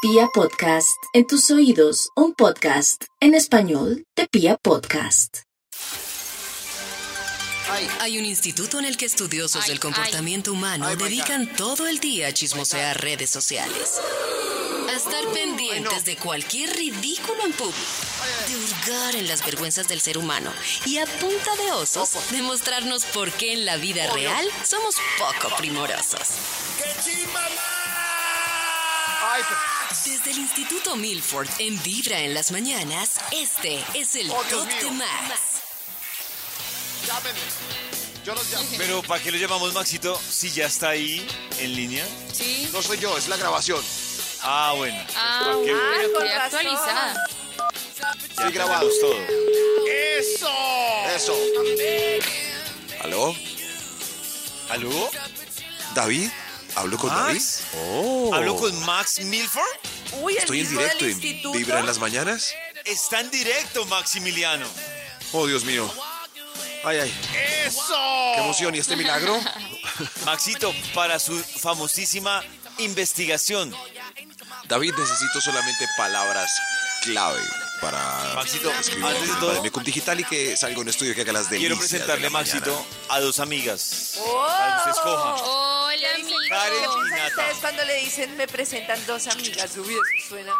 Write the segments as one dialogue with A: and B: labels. A: Pia Podcast, en tus oídos, un podcast en español de Pia Podcast.
B: Hay un instituto en el que estudiosos del comportamiento humano dedican todo el día a chismosear redes sociales. A estar pendientes de cualquier ridículo en público. De hurgar en las vergüenzas del ser humano. Y a punta de osos, demostrarnos por qué en la vida real somos poco primorosos. Desde el Instituto Milford, en Vibra en las mañanas, este es el
C: Oh, Dios
B: Top de
C: mío.
B: Max.
C: Llámenme. Yo los llamo.
D: Pero ¿para qué lo llamamos Maxito si ya está ahí en línea?
E: Sí.
C: No soy yo, es la grabación.
D: Ah, bueno.
E: Ah,
D: Qué bueno.
E: pero que ya actualizada.
D: Ya
C: Sí, grabado.
D: tenemos todo.
C: Eso.
F: ¿Aló?
D: ¿Aló?
F: ¿David? ¿Hablo con
D: ¿Max?
F: David? Oh.
D: ¿Hablo con Max Milford?
E: Uy,
F: Estoy en directo en Vibra en las mañanas.
D: Está en directo, Maximiliano.
F: Oh, Dios mío. Ay, ay. ¡Eso! ¡Qué emoción! ¿Y este milagro?
D: Maxito, para su famosísima investigación.
F: David, necesito solamente palabras clave para
D: Maxito,
F: escribir
D: antes de
F: un
D: todo-
F: Bademecum digital y que salga un estudio que haga las delicias
D: Quiero presentarle,
F: de la
D: Maxito,
F: mañana.
D: a dos amigas.
G: Oh.
D: Para que se escojan.
E: Hola,
D: Karen
E: amigo.
D: y
G: piensan
D: Nata.
G: ustedes cuando le dicen me presentan dos amigas? Uy, eso suena.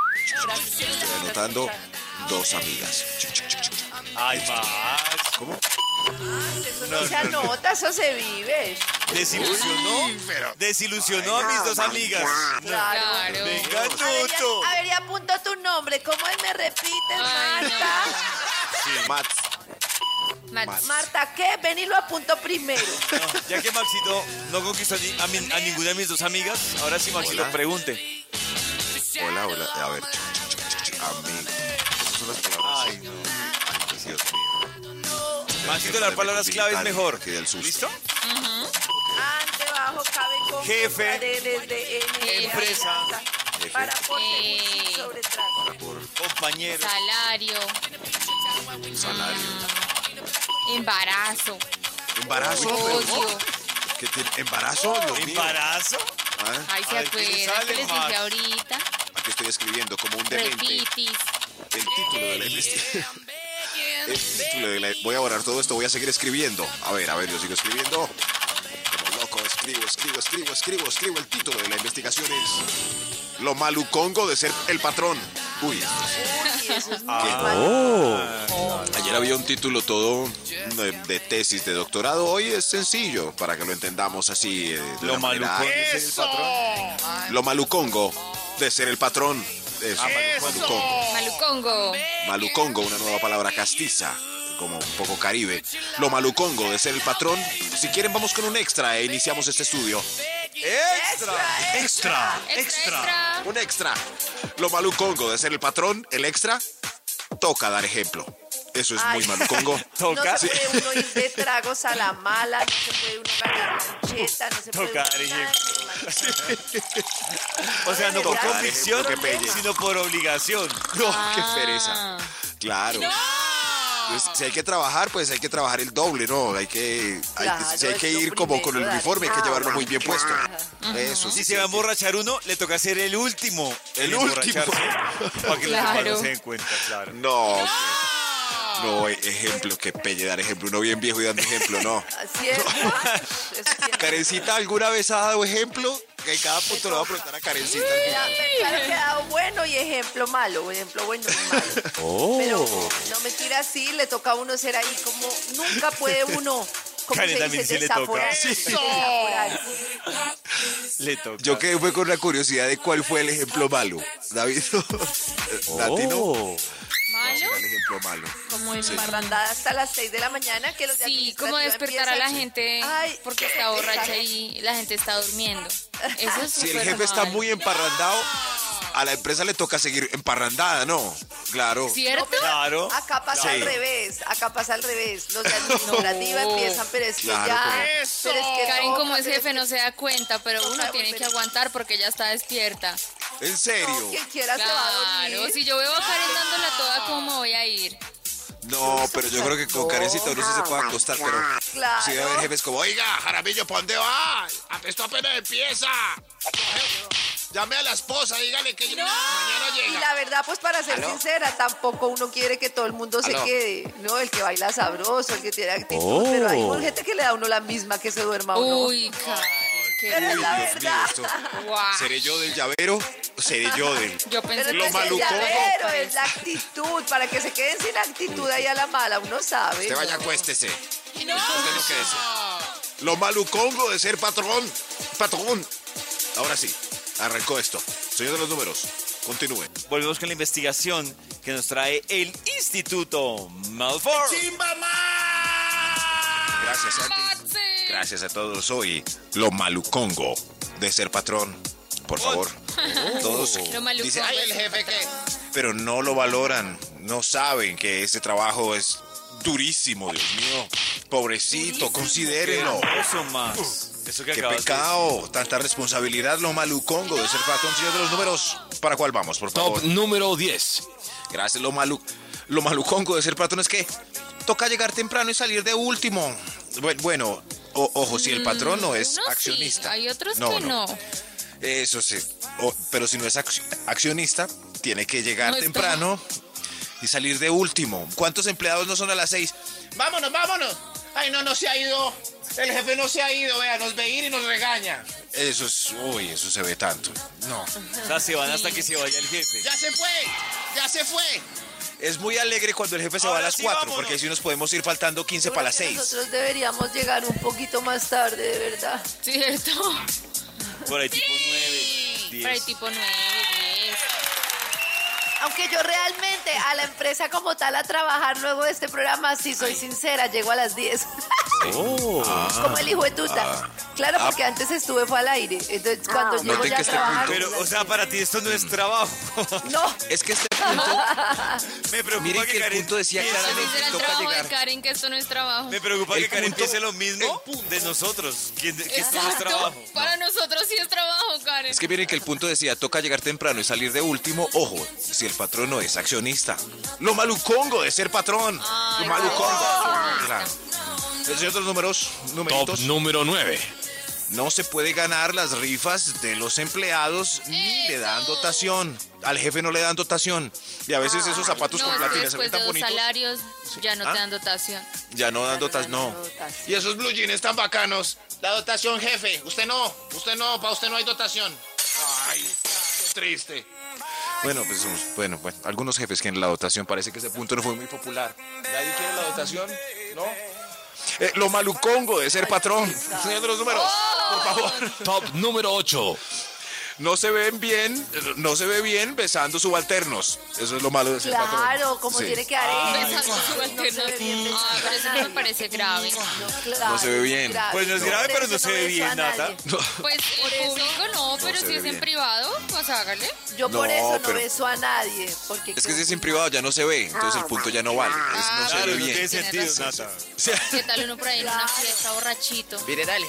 F: Estoy anotando dos amigas.
D: Ay, Max.
F: ¿Cómo?
G: No se anota, eso se vive.
D: Desilusionó. Desilusionó a mis dos amigas.
G: Claro.
E: Claro.
D: Venga,
G: A ver, ya-
D: Toto.
G: A ver, ya apunto tu nombre. ¿Cómo es? ¿Me repites,
E: Ay, no.
G: Marta?
F: Matt,
E: Mats.
G: Marta, ¿qué? Ven y lo apunto primero.
D: No, ya que Maxito no conquistó a, ni- a mi- a ninguna de mis dos amigas, ahora sí, Maxito,
F: Hola.
D: pregunte.
F: hola, hola. A ver. Amigo. Esas son las palabras.
D: Ay, no.
F: Dios mío.
D: Maxito, las palabras clave es mejor.
F: Que del susto.
D: ¿Listo?
G: Ante, bajo, Ah, cabe, con.
D: Jefe.
G: contra, Eh, desde, N,
D: Empresa.
G: hasta, Para por
E: Eh.
G: según, sin sobretrato.
D: Compañero.
E: Salario.
F: Salario.
E: Embarazo.
F: ¿Embarazo?
E: Odio.
F: ¿Qué tiene? ¿Embarazo?
G: Oh,
F: Dios mío.
D: ¿Embarazo?
F: Ah,
E: Ay, se
D: Ay, ¿qué le
E: acuerdan
D: sale,
E: que les
D: Mats?
E: dije ahorita.
F: Aquí estoy escribiendo como un demente
E: Repitis.
F: el título de la investigación. El título de la... Voy a borrar todo esto, voy a seguir escribiendo. A ver, a ver, yo sigo escribiendo. Como loco, escribo, escribo, escribo, escribo, escribo. El título de la investigación es Lo malucongo de ser el patrón. Uy, esto es-
G: Uy, eso es muy
F: Ah.
G: malo.
F: ayer había un título todo de, de tesis de doctorado. Hoy es sencillo para que lo entendamos así. eh, de
D: Lo
F: una manera-
D: malucón es el patrón.
F: Lo malucongo de ser el patrón. Eso, malucongo.
E: Oh, Malucongo.
F: Malucongo, una nueva palabra castiza, como un poco caribe. Lo malucongo de ser el patrón. Si quieren, vamos con un extra e iniciamos este estudio.
D: ¡Extra! ¡Extra!
E: Extra, extra.
F: Un extra. Lo malucongo de ser el patrón, el extra, toca dar ejemplo. Eso es muy
G: Ay.
F: malucongo.
D: Toca.
G: No se puede uno ir de tragos a la mala, no se puede uno ganar mancheta, no se puede
D: Tocar
G: uno nada,
D: O sea, no por
G: Tocar,
D: convicción,
F: ejemplo, que pelle.
D: sino por obligación.
F: No, qué pereza. Claro. Pues, si hay que trabajar, pues hay que trabajar el doble, ¿no? Hay que, hay-
G: Claro,
F: si hay que
G: es lo
F: ir como con el
G: primero, Ah,
F: uniforme, hay que
G: David.
F: llevarlo muy bien puesto. Eso sí.
D: Si se va a emborrachar uno, le toca ser el último.
F: El
D: en
F: último.
D: emborracharse, Para que los demás
E: Claro.
D: no se den cuenta, claro.
F: No. que- No, e- ejemplo, que pelle dar ejemplo. Uno bien viejo y dando ejemplo, no.
G: Así es. Eso sí es.
F: Karencita, ¿alguna vez ha dado ejemplo? Que en cada punto lo va a preguntar a Karencita.
G: Mira, claro que ha dado bueno y ejemplo malo, ejemplo bueno y malo.
C: Oh.
G: Pero no mentira así, le toca a uno ser ahí como nunca puede uno. Como
D: Karen
G: se
D: también
G: dice,
D: sí le toca.
G: desaforar,
D: Sí.
G: desaforar.
D: Le toca.
F: Yo quedé fue con la curiosidad de cuál fue el ejemplo malo. David, no. Nati, no.
D: Oh.
E: Malo.
F: Era el ejemplo malo.
E: Como el
G: Andada hasta las 6 de la mañana que los de
E: Sí, como
G: administrativa
E: despertar a la
G: empiezan-
E: gente
G: Ay,
E: porque está borracha
G: exacto.
E: y la gente está durmiendo. Eso es
F: Si el
E: súper
F: jefe está
E: malo.
F: muy emparrandado, a la empresa le toca seguir emparrandada, ¿no? Claro.
E: ¿Cierto?
D: Claro.
G: Acá pasa
F: Sí.
G: al revés, acá pasa al revés. Los de administrativa
E: No.
G: empiezan, pero es que
F: Claro, pues.
G: ya.
F: correcto.
G: Pero es que
E: Karen
G: toca,
E: como es
G: pero
E: jefe
G: que-
E: no se da cuenta, pero uno tiene que aguantar porque ya está despierta.
F: En serio.
G: No, quien quiera se va a
E: Claro,
G: dormir.
E: si yo veo a Karen dándola toda, ¿cómo me voy a ir?
F: No, pero yo creo que con Karencita uno sí se puede acostar, pero
G: Claro.
F: si debe haber jefes como, oiga, Jaramillo, ¿pa' dónde va? Esto apenas empieza.
C: Llame a la esposa, dígale que
E: No.
C: mañana
G: Y
C: llega.
G: la verdad, pues para ser sincera, tampoco uno quiere que todo el mundo se
F: Aló.
G: quede. No, el que baila sabroso, el que tiene actitud, pero
F: Oh.
G: hay gente que le da a uno la misma que se duerma uno.
E: Uy, Karen,
G: pero
E: qué
G: es la
F: Dios mío,
G: verdad.
F: esto.
E: guau.
F: ¿Seré yo del llavero? ¿Seré yo del...?
E: Yo pensé
G: Pero
F: Lo
G: no es el
F: maluco.
G: llavero, es la actitud, para que se queden sin actitud ahí a la mala, uno sabe.
F: Te vaya,
G: ¿no?
F: acuéstese. Usted
E: No.
F: lo que es. Lo malucongo de ser patrón. Patrón. Ahora sí, arrancó esto. Señor de los números, continúe.
D: Volvemos con la investigación que nos trae el Instituto Malfoy.
C: ¡Chimba más!
F: Gracias, Santi.
E: Maxi.
F: Gracias a todos hoy. Lo malucongo de ser patrón. Por favor. Todos
E: Lo maluco.
F: dicen, "Ay,
C: Ay, el jefe que.
F: pero no lo valoran, no saben que ese trabajo es durísimo, Dios mío. Pobrecito, considérenlo.
D: Eso, Max. Eso que
F: Qué
D: acabas de
F: pecado, tanta responsabilidad, lo malucongo de ser patrón, señor de los números. ¿Para cuál vamos, por favor?
H: Top número 10.
F: Gracias, lo malu... Lo malucongo de ser patrón es que toca llegar temprano y salir de último. Bu- Bueno, o- ojo, si el patrón no es
E: Unos Mm, sí,
F: accionista.
E: hay otros que no.
F: Eso sí. O- pero si no es acc- accionista, tiene que llegar
E: No está.
F: temprano y salir de último. ¿Cuántos empleados no son a las seis?
C: Vámonos, vámonos. Ay, no, no se ha ido. El jefe no se ha ido, vea, nos ve ir y nos regaña.
F: Eso es. Uy, eso se ve tanto. No.
D: decir. O sea, se van hasta que se vaya el jefe.
C: Ya se fue, ya se fue.
F: Es muy alegre cuando el jefe se va a
D: Ahora
F: las
D: sí,
F: cuatro,
D: vámonos.
F: porque si nos podemos ir faltando 15
G: Yo
F: para
G: creo
F: las
G: que
F: seis.
G: Nosotros deberíamos llegar un poquito más tarde, de verdad.
E: ¿Cierto?
D: Por ahí tipo 9,
E: Por ahí
D: 10.
E: tipo 9, 10.
G: Aunque yo realmente a la empresa como tal a trabajar luego de este programa, si soy sincera, llego a las 10.
F: Oh.
G: como el hijo de
F: Ah.
G: tuta. Claro, porque antes estuve fue al aire. Entonces, cuando llego
F: Noten
G: ya
F: que
G: a
F: este
G: trabajar...
F: punto-
D: Pero, o sea, para ti esto no
F: Mm.
D: es trabajo.
G: No,
F: Es que este punto,
D: Me preocupa
F: miren que
D: que
F: el
D: Karen.
F: punto decía
D: piense-
E: Ese
F: claramente
E: será el
F: toca
E: trabajo de
F: llegar.
E: Karen, que esto no es trabajo.
D: Me preocupa
F: El
D: que Karen
F: punto-
D: piense lo mismo de nosotros. Que, que esto no es
E: Exacto.
D: trabajo.
E: Para nosotros sí es trabajo, Karen.
F: Es que miren que el punto decía toca llegar temprano y salir de último. Ojo, si el patrón no es accionista. Lo malucongo de ser patrón.
E: Ay,
F: lo malucongo.
E: no.
F: Claro. El señor de los números,
H: Top
F: numeritos.
H: número 9.
F: No se puede ganar las rifas de los empleados ni le dan
E: Eso.
F: dotación. Al jefe no le dan dotación. Y a veces esos zapatos
E: Ah, no,
F: con
E: es que
F: platinas se ven
E: después de
F: tan
E: dos
F: bonitos.
E: salarios ya no
F: ¿Ah?
E: te dan dotación.
F: Ya no dan dotación, no.
C: Y esos blue jeans tan bacanos. La dotación, jefe. Usted no, usted no, para usted no hay dotación. Ay, qué triste.
F: Bueno, pues um, bueno, bueno, algunos jefes quieren la dotación. Parece que ese punto no fue muy popular. ¿Nadie quiere la dotación? ¿No? Eh, lo malucongo de ser patrón. Señor de los números, por favor.
G: Oh.
H: Top número 8.
F: No se ven bien, no se ve bien besando subalternos. Eso es lo malo de ser patrón.
G: claro, como
F: Sí. Ah,
G: tiene que haber... Pues
E: Besando subalternos. Ay, Ah, pero eso no me parece grave.
F: No se ve bien.
D: Pues no es grave, pero no se ve bien, Nata.
E: Pues en público no, pero
F: se
E: si
F: ve
E: es en
F: bien.
E: privado, pues hágale.
G: Yo por
F: No,
G: eso no
F: pero-
G: beso a nadie. Porque
F: Es que si es en privado ya no se ve, entonces el punto ya no vale. Es- no
E: Ah,
F: se
D: Claro,
F: ve
D: no
F: bien.
D: tiene
E: Tienes
D: sentido,
E: razón.
D: Nata.
E: ¿Qué tal uno por ahí en una fiesta borrachito?
C: Mire, dale.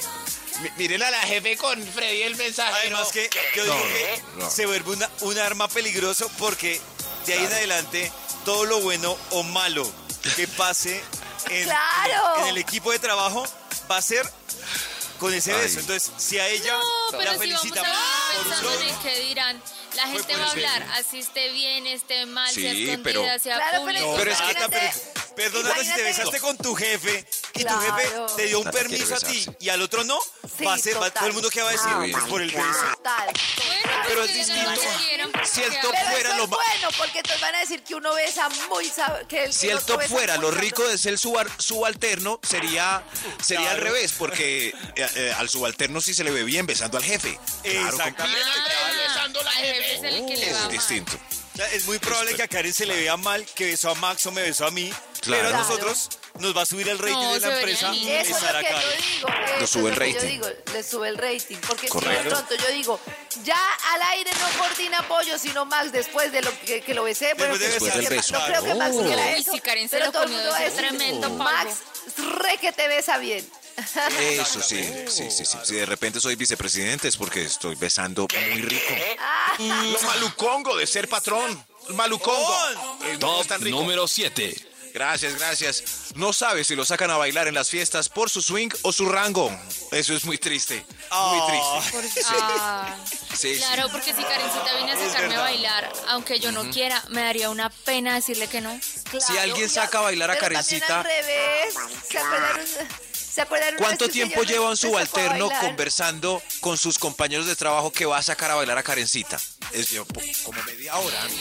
C: Mi- Mírela a la jefe con Freddy el mensaje.
D: Además que yo
F: No,
D: digo que
F: no, no.
D: se vuelve una, un arma peligroso porque de ahí en adelante todo lo bueno o malo que pase en,
G: ¡Claro!
D: en el equipo de trabajo va a ser con ese
F: Ay.
D: beso. Entonces, si a ella
E: No,
D: la
E: pero si vamos a
D: felicitamos
E: vivir
D: por un
E: pensando en
D: logro,
E: el que dirán, la gente
D: por
E: va a
D: un logro.
E: hablar, así esté bien, esté mal, sea
F: Sí,
E: escondida,
F: pero-
E: sea
G: Claro, pero
E: público.
F: Pero es que-
D: Nata, pero-
G: imagínate,
D: perdóname si te
G: imagínate.
D: besaste con tu jefe y
G: Claro.
D: tu jefe te dio un
F: Nata quiere
D: permiso a ti
F: besarse.
D: y al otro no,
G: Sí,
D: va a ser, va-
G: total.
D: todo el mundo que va a decir
F: Ah,
D: "Pues por el beso.
G: Tal.
E: Bueno, pues
F: Pero
E: que
F: es
E: digan
F: distinto.
E: lo que quieran, porque
F: Si el
E: que
F: top
E: hablen.
G: Pero
F: fuera
G: eso
F: lo
G: es
F: ma-
G: bueno, porque entonces van a decir que uno besa muy sab- que el-
F: Si
G: que
F: el
G: otro
F: top
G: besa
F: fuera
G: muy
F: lo
G: sabroso.
F: rico de ser subar- subalterno, sería, sería al revés, porque eh, eh, al subalterno sí se le ve bien besando al jefe. Claro, con-
D: Exactamente.
E: Ah,
C: besando la
E: al jefe es el que le va
F: Uh, es
E: mal.
F: distinto.
D: O sea, es muy probable que a Karen se le vea mal que besó a Max o me besó a mí, pero
F: Claro.
D: a nosotros nos va a subir el rating
E: No,
D: de
E: se
D: la empresa
E: verían.
G: Eso es
D: besar
G: lo
D: a
G: que yo
D: Karen.
G: digo. eso es
F: sube el
G: lo que yo
F: rating.
G: digo, le sube el rating. Porque si de
F: Correcto.
G: pronto yo digo, ya al aire no coordina apoyo, sino Max después de lo que, que lo besé. bueno,
D: Después
F: del
G: que-
F: beso.
G: No creo que Max quiera
E: Uy,
G: eso.
E: si Karen se
G: pero
E: lo
G: todo el
E: comió,
G: mundo va a
E: ese
G: decir,
E: tremendo pavo.
G: Max, re que te besa bien.
F: Eso sí, sí, sí, sí. Si de repente soy vicepresidente es porque estoy besando muy rico.
G: Mm.
F: Lo malucongo de ser patrón. Malucongo. Eh, no
H: Top
F: es tan rico.
H: número 7.
F: Gracias, gracias. No sabe si lo sacan a bailar en las fiestas por su swing o su rango. Eso es muy triste. Muy triste.
E: Por- Ah.
F: Sí, sí.
E: Claro, porque si Karencita viene a sacarme a bailar, aunque yo no quiera, me daría una pena decirle que no.
F: Si alguien saca a bailar a
G: Pero también
F: Karencita-
G: al revés. ¿Se acuerdan? ¿Se acuerdan una
F: ¿Cuánto
G: vez que un
F: tiempo
G: señor
F: lleva un
G: me sacó a
F: subalterno
G: bailar?
F: conversando con sus compañeros de trabajo que va a sacar a bailar a Karencita? Es yo, po- como media hora antes.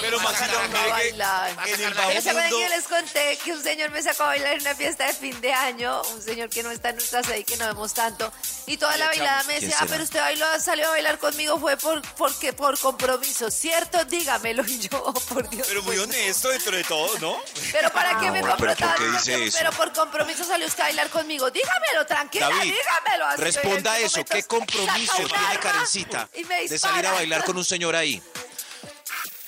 D: Pero Maxito,
G: Sacó a
D: mire
G: bailar.
D: que en el
G: Pero
D: bajo
G: ¿se acuerdan que
D: mundo...
G: yo les conté que un señor me sacó a bailar en una fiesta de fin de año? Un señor que no está en nuestra sede y que no vemos tanto. Y toda la bailada me
F: ¿Quién
G: decía, ah,
F: será?
G: pero usted bailó, salió a bailar conmigo, fue por, porque, por compromiso, ¿cierto? Dígamelo Y yo, "Oh, por Dios.
D: Pero muy
G: pues,
D: honesto dentro de todo, ¿no?
G: Pero para qué me
F: Ahora, Ah, ¿pero por
G: confrontaban?
F: qué dice eso?
G: Pero por compromiso salió usted a bailar conmigo. Dígamelo, tranquila,
F: David,
G: dígamelo. Así yo
F: responda
G: en ese
F: eso.
G: momento
F: ¿Qué compromiso
G: saca un
F: tiene
G: arma
F: Karencita
G: y me
F: de salir a
G: dispara.
F: bailar con un señor ahí?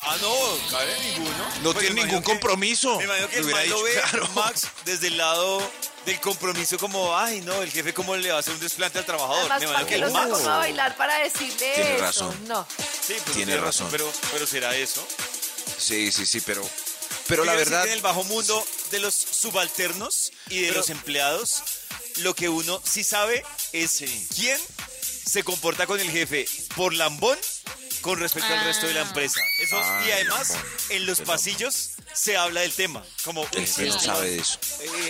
D: Ah, no, Karen, ninguno.
F: No
D: Pues
F: tiene
D: me
F: ningún
D: imagino que-
F: compromiso.
D: Me imagino que
F: Le
D: el
F: hubiera
D: man lo
F: dicho,
D: ve,
F: claro.
D: Max, desde el lado del compromiso, como, ay, no, el jefe, ¿cómo le va a hacer un desplante al trabajador?
G: Además,
D: me
G: ¿para
D: imagino que
G: qué
D: el
G: lo
D: Max.
G: sacó a bailar para decirle
F: Tiene
G: eso?
F: razón.
G: No.
D: Sí, pues,
F: Tiene razón.
D: Pero, pero será eso.
F: Sí, sí, sí, pero. Pero la
D: Quiero decir
F: verdad.
D: que En el bajo mundo de los subalternos y de
F: Pero-
D: los empleados, lo que uno sí sabe es quién se comporta con el jefe por lambón con respecto al resto de la empresa. Eso,
F: Ah,
D: y además,
F: lambón.
D: en los pasillos se habla del tema. Como, uy,
F: El Eh,
D: sí,
F: jefe no
D: sí,
F: eh, sabe de eso.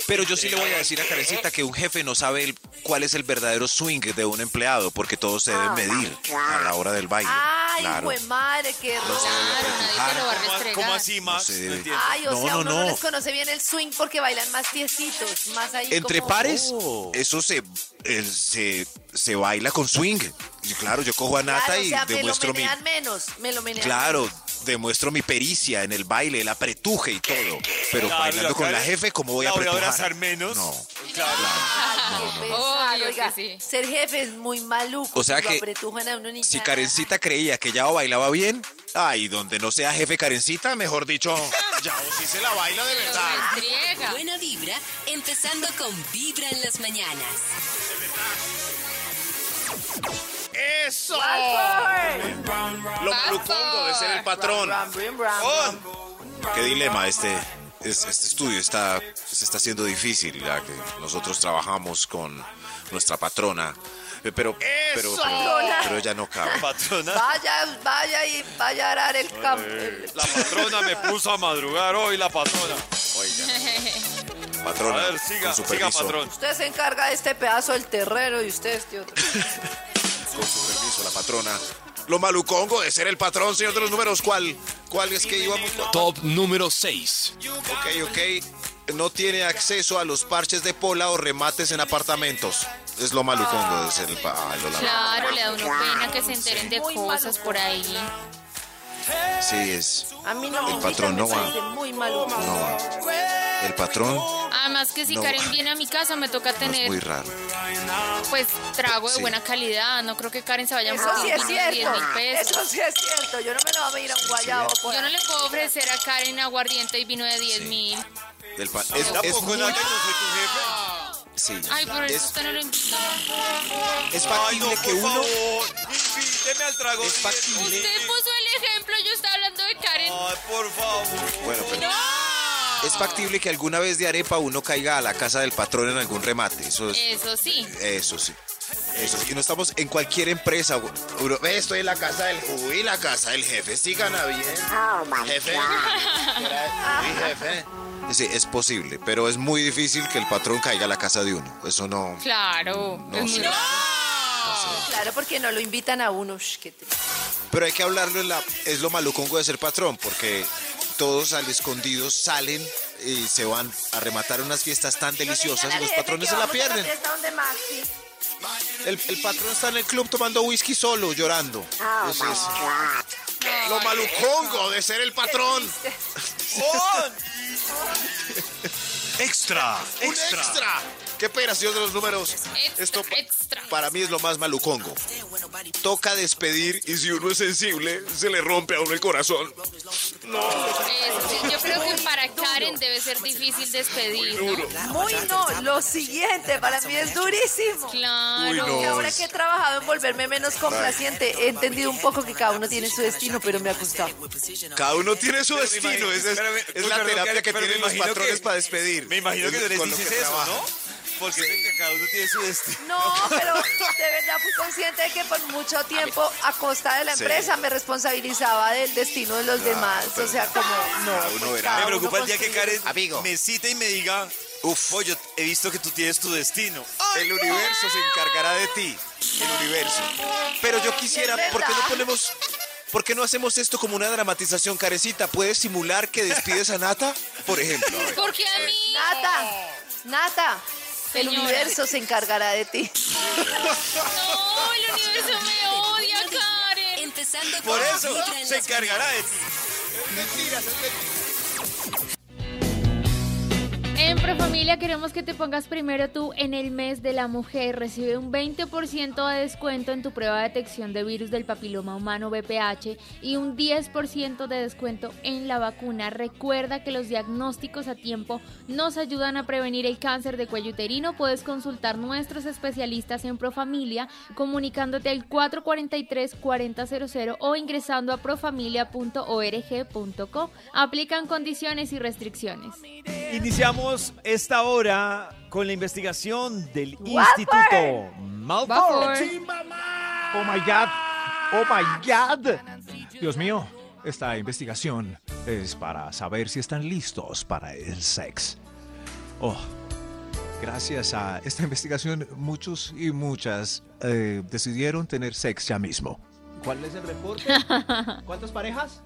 F: Pero yo sí le voy a decir a Karencita que un jefe no sabe el- cuál es el verdadero swing de un empleado, porque todo se debe medir a la hora del baile.
G: Ah, Ay,
F: Claro.
G: buen madre, qué rosa.
E: Claro, nadie te lo va a
D: ¿Cómo,
E: restregar.
D: cómo así, Max?
F: No
D: No,
F: sé.
D: entiendo.
G: Ay, o
F: No,
G: sea,
F: no,
G: uno no.
F: no.
G: les conoce bien el swing porque bailan más tiesitos, más ahí
F: Entre
G: como- "Oh,
F: pares, eso se, eh, se, se baila con swing. Y claro, yo cojo a
G: Claro,
F: Nata y
G: o sea, me lo
F: demuestro mi.
G: menean menos, me lo menean
F: Claro, demuestro mi pericia en el baile, el apretuje y todo. Pero
D: Claro,
F: bailando
D: la
F: con la
D: Karen
F: jefe, ¿cómo voy a
D: la voy a
F: apretujar?
D: abrazar menos.
F: No.
G: Ay, qué pesar,
E: Obvio que
G: oiga,
E: sí.
G: Ser jefe es muy maluco.
F: O sea
G: si lo
F: que
G: apretujan a uno ni
F: Si
G: nada.
F: Karencita creía que ya bailaba bien, ay, donde no sea jefe Karencita, mejor dicho, ya o sí se la baila de
E: Pero
F: verdad.
E: restriega.
B: Buena vibra, empezando con Vibra en las mañanas.
C: ¡Eso!
G: ¡Backward!
C: Lo malucongo de ser el patrón.
G: Ram, rim, ram, ram.
F: Qué dilema este, es- este estudio está, se está haciendo difícil, ya que nosotros trabajamos con nuestra patrona, eh, pero, pero,
C: ¡Eso!
F: pero, pero ella no cabe.
D: Patrona.
G: Vaya, vaya y vaya a arar el campo. el-
D: La patrona me puso a madrugar hoy, la patrona. A
F: Patrona,
D: ver, siga,
F: con su
D: siga,
F: permiso,
D: patrón.
G: Usted se encarga de este pedazo del terreno y usted este otro.
F: con su permiso, la patrona. Lo malucongo de ser el patrón, señor de los números, ¿cuál, cuál es que íbamos? ¿Cuál?
H: Top número 6.
F: Ok, ok. No tiene acceso a los parches de pola o remates en apartamentos. Es lo malucongo de ser el pa- ah, lo lamento.
E: Claro, le da una pena que se enteren de
G: Muy
E: cosas
G: maluco.
E: por ahí.
F: Sí, es.
G: A mí no me
F: El
G: invitan,
F: patrón
G: me
F: no va.
G: parece muy maluco.
F: No va. El patrón
E: Además que si
F: No.
E: Karen viene a mi casa me toca
F: no es muy
E: tener
F: raro.
E: pues trago de
F: Sí.
E: buena calidad. No creo que Karen se vaya a
G: Eso
E: morir
G: sí es
E: con 10
G: cierto.
E: mil pesos.
G: Eso sí es cierto. Yo no me lo voy a ir a un guayabo. pues. por
E: Yo no
G: ahí.
E: le puedo ofrecer a Karen aguardiente y vino de 10 mil.
F: El pa- es, es
D: Tampoco
F: muy-
D: es la que yo soy tu jefe.
F: sí.
E: Ay, por eso
F: es,
E: usted no lo invita.
F: es
D: Ay, no,
F: factible que
D: por
F: uno.
D: favor, invíteme al trago.
F: Es factible.
E: Usted puso el ejemplo, yo estaba hablando de Karen.
D: Ay, por favor.
F: Bueno, pero.
E: ¡No!
F: Es factible que alguna vez de arepa uno caiga a la casa del patrón en algún remate. Eso es.
E: Eso sí.
F: Eso sí. Eso sí. Y no estamos en cualquier empresa. güey. Uno, "Ve, estoy en la casa del uy, la casa del jefe. Sí gana bien. Jefe. Era- uy, jefe. Sí, es posible, pero es muy difícil que el patrón caiga a la casa de uno. Eso no.
E: Claro.
F: No
E: es muy
F: sé.
E: raro.
G: Claro, porque no lo invitan a uno. Ush, qué triste.
F: Pero hay que hablarlo en la. Es lo malucongo de ser patrón, porque todos al escondido salen y se van a rematar unas fiestas tan deliciosas y los patrones se la pierden. El, el patrón está en el club tomando whisky solo, llorando.
B: Oh,
F: Eso es-
C: Lo malucongo de ser el patrón.
D: Extra,
C: Un extra.
F: Qué pena, señor de los números.
B: Extra,
F: Esto pa-
B: extra.
F: para mí es lo más malucongo. Toca despedir y si uno es sensible, se le rompe a uno el corazón.
B: Eso sí, yo creo que para Karen debe ser difícil despedir, ¿no?
G: Muy no, lo siguiente, para mí es durísimo.
B: Claro.
G: Y ahora que he trabajado en volverme menos complaciente, he entendido un poco que cada uno tiene su destino, pero me ha gustado.
F: Cada uno tiene su
I: Pero me
F: destino.
I: imagino-
F: Esa es,
I: espérame,
F: es
I: uy,
F: la
I: perdón,
F: terapia
I: Karen,
F: que
I: pero me
F: tienen los
I: imagino
F: patrones
I: que-
F: para despedir.
I: Me imagino que
F: Es
I: tú les
F: con lo
I: dices eso,
F: trabajan.
I: ¿no? Porque es que cada uno tiene su destino.
G: No, pero de verdad fui consciente de que por mucho tiempo, a costa de la
F: Sí.
G: empresa, me responsabilizaba del destino de los demás. O sea, como, no.
F: uno
G: pues,
F: verá.
G: cada
I: Me
F: uno
I: preocupa el día que
G: construye-
I: Karen
C: Amigo.
I: me cite y me diga, uf, pollo, he visto que tú tienes tu destino.
F: El universo se encargará de ti. El universo. Pero yo quisiera,
G: Es verdad.
F: ¿por qué no ponemos, por qué no hacemos esto como una dramatización, carecita? ¿Puedes simular que despides a Nata? Por ejemplo. a ver.
B: Porque a mí.
F: Eh.
G: Nata, Nata, el
B: Señora.
G: universo se encargará de ti.
B: No, el universo me odia, Karen.
J: Empezando
I: Por
J: con
I: eso
J: Vibra en
I: se
J: las
I: encargará de ti.
E: En Profamilia queremos que te pongas primero tú en el mes de la mujer. Recibe un 20% de descuento en tu prueba de detección de virus del papiloma humano BPH y un 10% de descuento en la vacuna. Recuerda que los diagnósticos a tiempo nos ayudan a prevenir el cáncer de cuello uterino. Puedes consultar nuestros especialistas en Profamilia comunicándote al 443-4000 o ingresando a profamilia.org.co. Aplican condiciones y restricciones.
D: Iniciamos esta hora con la investigación del
G: Watford. eh.
D: Instituto Malfoy.
K: Oh my God. Oh my God. Dios mío, esta investigación es para saber si están listos para el sex. Oh, gracias a esta investigación, muchos y muchas eh, decidieron tener sex ya mismo.
D: ¿Cuál es el reporte? ¿Cuántas parejas?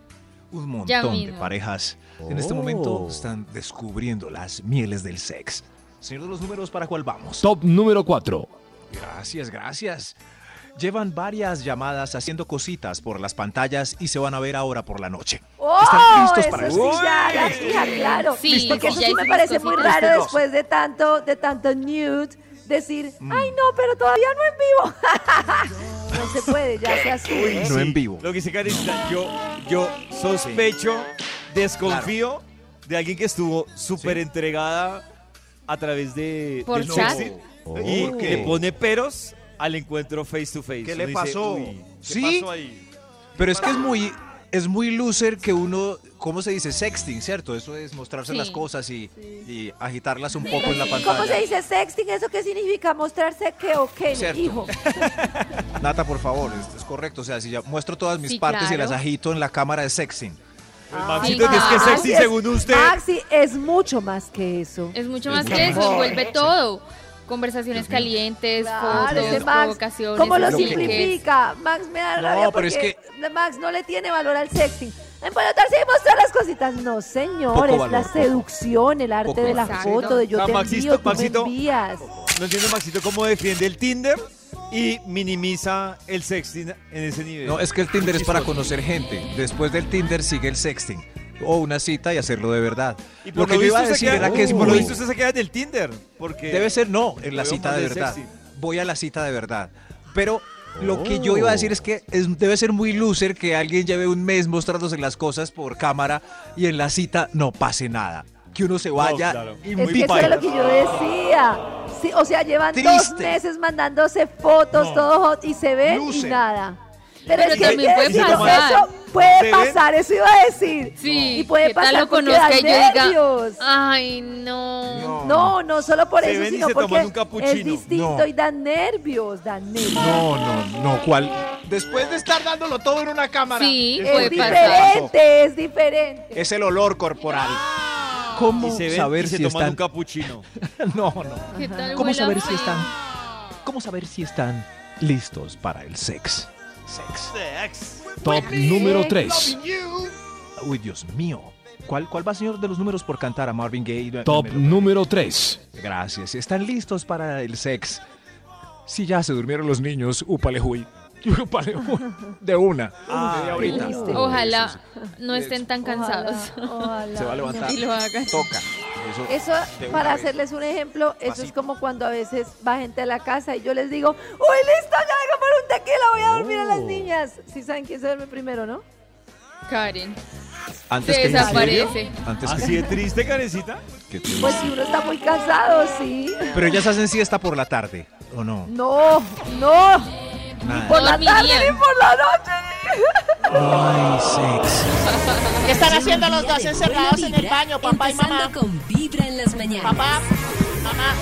K: Un
E: Ya
K: montón de
E: mismo.
K: parejas en este
D: Oh.
K: momento están descubriendo las mieles del sex. Señor de los números, ¿para cuál vamos?
L: Top número 4.
K: Gracias, gracias. Llevan varias llamadas haciendo cositas por las pantallas y se van a ver ahora por la noche.
G: ¡Oh!
K: ¿Están listos
G: Eso
K: para
G: sí,
K: esto?
G: ya, la fija, claro. Pues
E: Sí, sí,
G: Porque eso
E: ya
G: sí me
E: hicimos
G: parece muy
E: cositas.
G: raro después de tanto, de tanto nude, decir,
K: Mm.
G: ay no, pero todavía no en vivo. no se puede, ya se asume.
K: No en vivo.
D: Eh, Lo que dice Karencita, yo, yo sospecho, desconfío de alguien que estuvo súper entregada a través de
E: Por
D: del
E: chat.
D: sexting
K: Oh.
D: y
K: ¿Por qué?
D: le pone peros al encuentro face to face.
K: ¿Qué
D: Uno
K: le
D: dice,
K: pasó?
D: "Uy, ¿qué
K: ¿Sí?
D: pasó ahí?"
K: Pero es que es muy, es muy loser que uno, ¿cómo se dice? Sexting, ¿cierto? Eso es mostrarse
E: Sí.
K: las cosas y, y agitarlas un poco en la pantalla.
G: ¿Cómo se dice sexting? ¿Eso qué significa? Mostrarse que o que,
K: Cierto.
G: hijo.
K: Nata, por favor, esto es correcto. O sea, si ya muestro todas mis
E: Sí,
K: partes y
E: claro.
K: las agito en la cámara de sexting.
G: Ah,
D: Pues, Maxito, es que
G: Maxi,
D: sexy
G: es-
D: según usted.
G: Pues, Maxi, es mucho más que eso.
E: Es mucho más
K: mucho
E: que
K: más.
E: eso, envuelve todo. Conversaciones calientes,
G: Claro, ese
E: fotos,
G: Max,
E: provocaciones.
G: ¿Cómo lo
K: lo que-
E: cliques.
G: simplifica? Max me da
K: No,
G: rabia
K: pero
G: porque
K: es
G: Max no le tiene valor al sexting. Empalotarse y mostrar las cositas. No, señor,
K: Poco
G: es
K: valor,
G: la
K: poco.
G: seducción, el arte
K: Poco
G: de la
E: valor.
G: foto, de yo
D: Ah,
G: te
D: Maxito,
G: envío, tú
D: Maxito.
G: me envías.
D: No entiendo, Maxito, cómo defiende el Tinder y minimiza el sexting en ese nivel.
K: No, es que el Tinder es para conocer gente. Después del Tinder sigue el sexting. O una cita y hacerlo de verdad.
D: Y por
K: Lo que yo
D: visto
K: iba a
D: se
K: decir
D: queda-
K: era que es
D: por lo
K: muy-
D: visto usted se queda en el Tinder. Porque
K: Eh, Debe ser no, en la
D: Lo veo
K: cita
D: más
K: de
D: de
K: verdad.
D: sexy.
K: Voy a la cita de verdad. Pero lo que
D: Oh.
K: yo iba a decir es que es- debe ser muy loser que alguien lleve un mes mostrándose las cosas por cámara y en la cita no pase nada. Que uno se vaya
D: claro.
K: y
G: Es
K: muy
G: que eso era
K: paila.
G: lo que yo decía. Sí, o sea, llevan dos
K: Triste.
G: meses mandándose fotos,
K: No.
G: todo hot, y se ven y
K: Luce.
G: nada.
E: Pero
G: Pero, es que
E: también puede
G: si no es
E: pasar.
G: eso, puede
D: ¿Se ven?
G: pasar, eso iba a decir.
E: Sí,
G: y puede
E: ¿qué tal
G: pasar
E: lo
G: porque
E: conozca
G: da
E: y yo diga,
G: nervios.
E: ay, no.
G: No, no solo por
D: Se
G: eso,
D: ven y
G: sino
D: se toman
G: porque
D: un capuchino.
G: es distinto
K: No.
G: y dan nervios, dan nervios.
K: No, no, no, ¿cuál? Después de estar dándolo todo en una cámara.
E: Sí,
D: Es
E: puede
G: Es
E: pasar.
G: diferente, es diferente.
K: Es el olor corporal. ¿Cómo
D: Y se ven
K: saber
D: y se
K: si
D: toman
K: están?
D: un capuchino.
K: No, no.
E: ¿Qué tal
K: ¿Cómo
E: huele a
K: saber si
E: feo?
K: están? ¿Cómo saber si están listos para el sex? Sex.
L: Top número 3.
K: Uy, Dios mío. ¿Cuál, ¿Cuál va, señor de los números, por cantar a Marvin Gaye?
L: Top
K: Me lo-
L: número 3.
K: Gracias. ¿Están listos para el sex? Si ya se durmieron los niños, upalejuy. Upalejuy. De una.
D: Ah,
K: De ahorita.
G: triste.
E: Ojalá
K: Eso
E: no estén tan
G: Ojalá,
E: cansados
G: ojalá.
K: Se va a levantar.
E: y lo hagan.
K: Toca. eso.
G: Eso,
K: de una
G: para
K: vez.
G: hacerles un ejemplo, eso es
K: Pasito.
G: como cuando a veces va gente a la casa y yo les digo, uy, listo, ya vengo por un tequila, voy a dormir a las
K: Oh.
G: niñas. Si saben quién se duerme primero, ¿no?
E: Karen.
K: Antes
E: Se
K: que yo, ¿en serio?
E: desaparece.
K: Antes que
D: ¿Así de triste, Karencita?
K: Qué triste.
G: Pues si uno está muy cansado, sí.
K: Pero ellas hacen siesta por la tarde, ¿o no?
G: No, no.
K: Nada.
G: Por la tarde
E: Dormirían.
G: ni por la noche.
K: Ay, sexy.
B: ¿Qué están haciendo los dos encerrados en el baño, papá y
M: Empezando
B: mamá?
M: con Vibra en las mañanas.
B: Papá, mamá.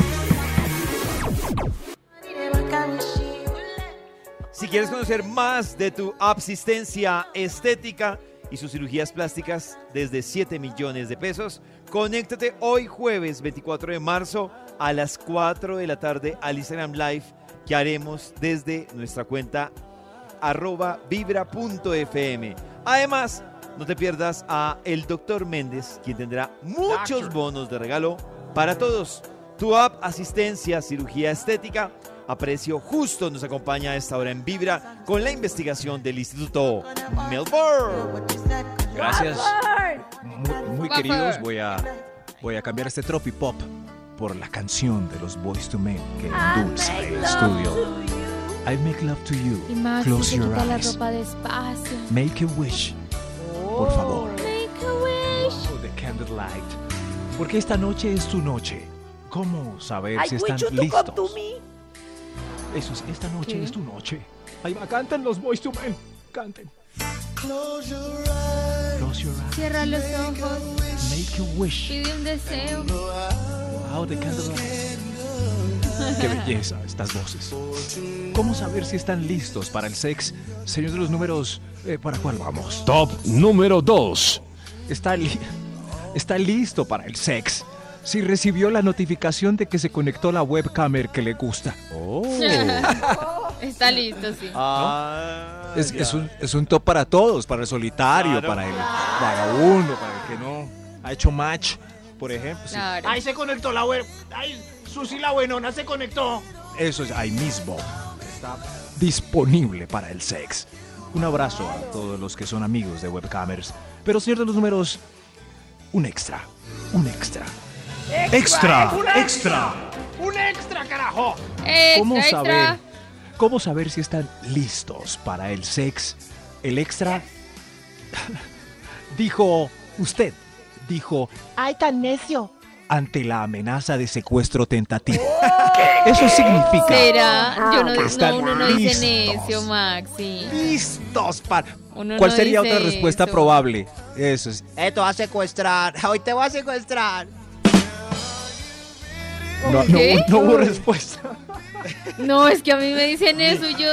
D: Si quieres conocer más de tu absistencia estética y sus cirugías plásticas desde 7 millones de pesos, conéctate hoy jueves 24 de marzo a las 4 de la tarde al Instagram Live que haremos desde nuestra cuenta arroba vibra.fm. Además, no te pierdas a el doctor Méndez, quien tendrá muchos bonos de regalo para todos. Tu app, asistencia, cirugía estética, a precio justo nos acompaña a esta hora en Vibra con la investigación del Instituto Melbourne.
K: Gracias.
G: Ay,
K: Muy, muy
E: Papá.
K: queridos, voy a, voy a cambiar este Trophy Pop por la canción de los Boys to Men que endulza el estudio. I make love to you.
N: Y Maxi
K: Close
N: se
K: your
N: quita la
K: eyes.
N: ropa despacio.
K: Make a wish. Por favor.
N: Make a wish.
K: Oh, the candlelight. Porque esta noche es tu noche. ¿Cómo saber si
G: would
K: están
G: you to come to
K: listos?
G: me?
K: Eso es, esta noche
N: ¿Qué?
K: es tu noche. Ahí va, canten los Boys to Men. Canten. Close your eyes.
N: Cierra los ojos.
K: Make a wish.
N: Pide un deseo.
K: Wow, the candlelight. Qué belleza estas voces. ¿Cómo saber si están listos para el sex? Señor de los números, eh, ¿para cuál vamos?
O: Top número 2.
K: Está, li- está listo para el sex. Si recibió la notificación de que se conectó la webcamer que le gusta.
O: Oh.
E: Está listo, sí.
D: Ah,
K: Es, es
D: ya.
K: un, es un top para todos, para el solitario,
D: Claro.
K: para el vagabundo, para el que no ha hecho match, por ejemplo. sí.
E: Claro.
B: Ahí se conectó la web. Ahí, Susi la buenona se conectó.
K: Eso es ahí mismo. Está disponible para el sex. Un abrazo a todos los que son amigos de webcamers. Pero señor de los números, un extra, un extra. Extra, extra.
B: Un extra, carajo.
E: Extra,
K: ¿Cómo
E: extra.
K: saber? ¿Cómo saber si están listos para el sex? El extra dijo usted, dijo
B: Ay, tan necio.
K: ante la amenaza de secuestro tentativo. Eso
B: Ah.
K: significa
E: Será, yo no,
K: que
E: no,
K: Pues, están
E: uno no dice
K: listos.
E: necio, Maxi.
K: listos para.
E: Uno
K: ¿Cuál
E: no
K: sería
E: dice
K: otra respuesta
E: eso.
K: probable? Eso es.
B: Eh, te voy a secuestrar. Hoy te voy a secuestrar.
K: No, no-
E: ¿Qué?
K: no hubo respuesta.
E: No, es que a mí me dicen eso y yo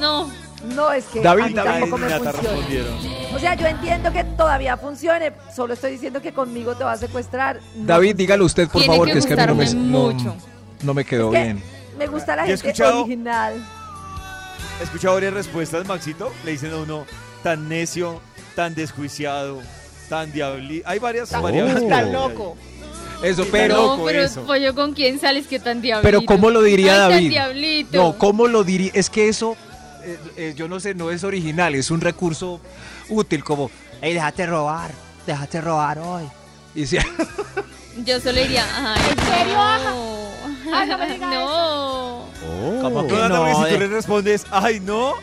E: no.
G: No, es que a mí
K: David, David,
G: tampoco me
D: Ya te
G: funciona.
D: respondieron.
G: O sea, yo entiendo que todavía funcione, solo estoy diciendo que conmigo te va a secuestrar. No
K: David, dígalo usted, por
E: Tiene
K: favor,
E: que
K: que, es que a mí no me,
E: gustarme
K: no-
E: mucho.
K: no me quedó
G: Es que-
K: bien.
G: Me gusta la
D: Yo he
G: gente
D: escuchado-
G: original.
D: He escuchado varias respuestas, Maxito. Le dicen a uno tan necio, tan desjuiciado, tan diablí. Hay varias
K: Tan-
D: variables.
K: Oh.
B: Tan loco.
K: Eso,
E: no, pero pollo con quién sales que tan diablito.
K: Pero ¿cómo lo diría
E: Ay, Tan
K: David?
E: diablito.
K: No, ¿cómo lo diría? Es que eso, eh, eh, yo no sé, no es original, es un recurso útil, como, hey, déjate robar, déjate robar hoy. Y si-
E: Yo solo diría, ay, ¿en serio? No.
B: Ay, Ah, no me diga
E: no.
K: como que eh.
D: No, no, porque si tú
K: de-
D: le respondes, ay, no,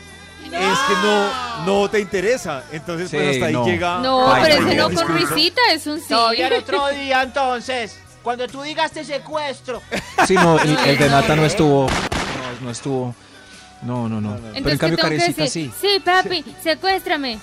D: es que no, no te interesa. Entonces,
K: Sí,
D: pues hasta ahí
K: no.
D: llega.
E: No,
K: Ah, Ay,
E: pero
K: no,
E: ese no
K: disculpa.
E: con risita, es un sí.
B: No, ya el otro día entonces. Cuando tú digas te secuestro.
K: Sí, no, el, el de Nata no estuvo. No, no estuvo. No, no, no. Pero en
E: Entonces,
K: cambio,
E: ¿qué tengo que
K: Karencita
E: decir?
K: sí.
E: Sí, papi, secuéstrame.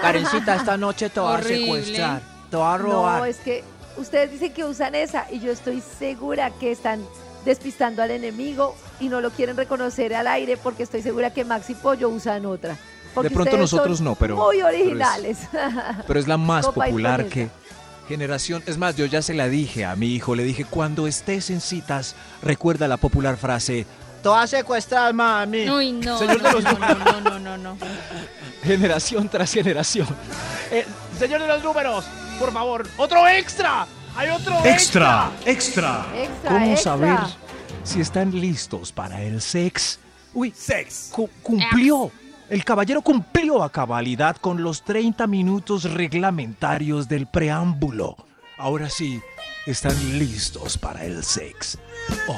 B: Karencita, esta noche te
E: voy a Horrible. secuestrar,
B: Te va a
G: No, es que ustedes dicen que usan esa y yo estoy segura que están despistando al enemigo y no lo quieren reconocer al aire porque estoy segura que Max y Pollo usan otra. Porque
K: pronto
G: ustedes son
K: nosotros no, pero-
G: Muy
K: pero es-
G: originales.
K: Pero es la más
G: Copa y
K: popular
G: planeta.
K: que. Generación. Es más, yo ya se la dije a mi hijo. Le dije, cuando estés en citas, recuerda la popular frase.
B: Te va a secuestrar, mami.
E: Uy, no.
K: Señor de
E: no,
K: los-
E: no, no, no, no, no.
K: Generación tras generación.
B: Eh, señor de los números, por favor, otro extra. Hay otro extra.
K: extra.
G: Extra,
K: ¿Cómo
G: extra.
K: saber si están listos para el sex? Uy,
D: Sex.
K: Cu- cumplió. El caballero cumplió a cabalidad con los 30 minutos reglamentarios del preámbulo. Ahora sí, están listos para el sex. Oh.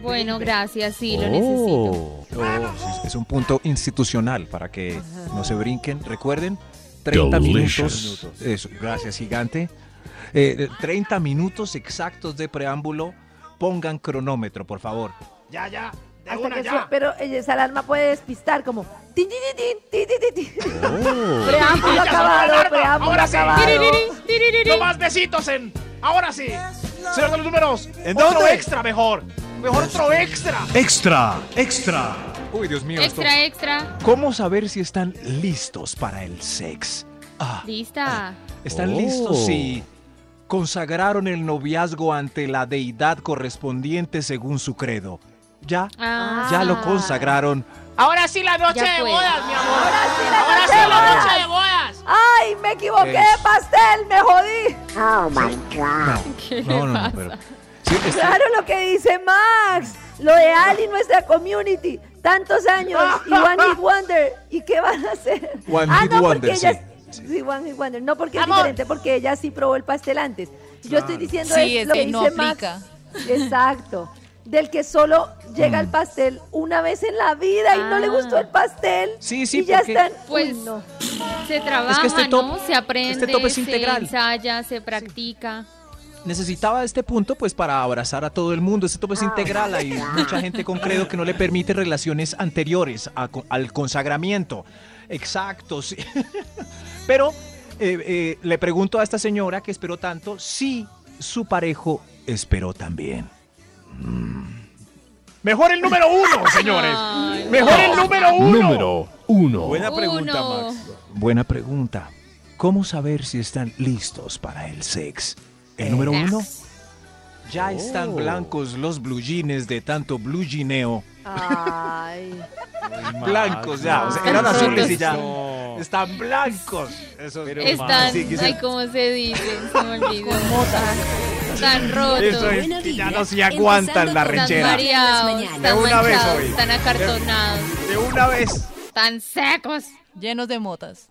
P: Bueno, gracias, sí, lo necesito.
K: Oh, es, es un punto institucional para que no se brinquen. Recuerden, 30
H: Delicious.
K: minutos. Eso, gracias, gigante. Eh, 30 minutos exactos de preámbulo. Pongan cronómetro, por favor.
G: Ya, ya. Hasta que su- pero eh, esa alarma puede despistar como tin, tin, tin, tin, tin, tin, tin. Preámbulo
Q: Ya sonó la
G: acabado,
Q: alarma.
G: preámbulo
Q: Ahora sí.
G: acabado.
Q: No más besitos en. Ahora sí. Señor de los números.
K: ¿En
Q: otro
K: dónde?
Q: extra mejor. Mejor otro extra.
K: Extra, extra. Uy, Dios mío. esto-
P: Extra, extra.
K: ¿Cómo saber si están listos para el sex? Ah,
P: Lista.
K: ¿Están
P: Oh.
K: listos si consagraron el noviazgo ante la deidad correspondiente según su credo? Ya,
Q: Ah.
K: ya lo consagraron.
Q: Ahora sí la noche
G: Ya
Q: de
G: fue.
Q: bodas, mi amor.
G: Ahora sí la
Q: Ahora
G: noche
Q: sí
G: de
Q: la
G: bodas.
Q: noche de bodas.
G: Ay, me equivoqué,
K: Es-
G: pastel, me jodí. Oh
K: my
G: god.
K: No, no, no, pero. Sí, es-
G: Claro lo que dice Max, lo de Ali, nuestra community, tantos años y One Hit Wonder, ¿y qué van a hacer?
K: One
G: ah,
K: Hit
G: no,
K: Wonder,
G: porque ella
K: sí,
G: es- sí, One Hit Wonder, no porque es diferente, porque ella sí probó el pastel antes. Yo estoy diciendo
R: Sí,
G: es
R: es
G: lo
R: que
G: que
R: no
G: dice Max.
R: aplica.
G: Exacto. Del que solo llega
K: Mm.
G: el pastel una vez en la vida y no le gustó
R: Ah.
G: el pastel.
K: Sí, sí,
G: y ya
K: porque-
G: están.
P: Pues se trabaja,
K: este top-
P: ¿no? Se aprende,
K: este top es integral.
P: se ensaya, se practica.
K: necesitaba este punto pues para abrazar a todo el mundo. Este tope es integral. Hay mucha gente con credo que no le permite relaciones anteriores a co- al consagramiento. Exacto, sí. Pero eh, eh, le pregunto a esta señora que esperó tanto si su parejo esperó también. Mm.
Q: Mejor el número uno, señores.
P: Ay,
Q: Mejor el número uno.
H: Número uno.
K: Buena pregunta,
P: Uno.
K: Max. Buena pregunta. ¿Cómo saber si están listos para el sex? El número uno. Ya
Q: Oh.
K: están blancos los blue jeans de tanto blue jeaneo.
G: Ay.
K: blancos ya. O sea,
P: Están
K: eran azules y ya.
Q: rotos.
K: Están blancos. Eso
P: Están, ay, ¿cómo se dice? Se me olvidó. Están rotos.
Q: Eso es, Buena que ya vibra, no se aguantan la empezando con las
P: Están
Q: rechera.
P: mareados,
Q: De
P: están
Q: una vez
P: manchados,
Q: hoy.
P: están acartonados,
Q: De una vez.
P: están secos.
R: Llenos de motas.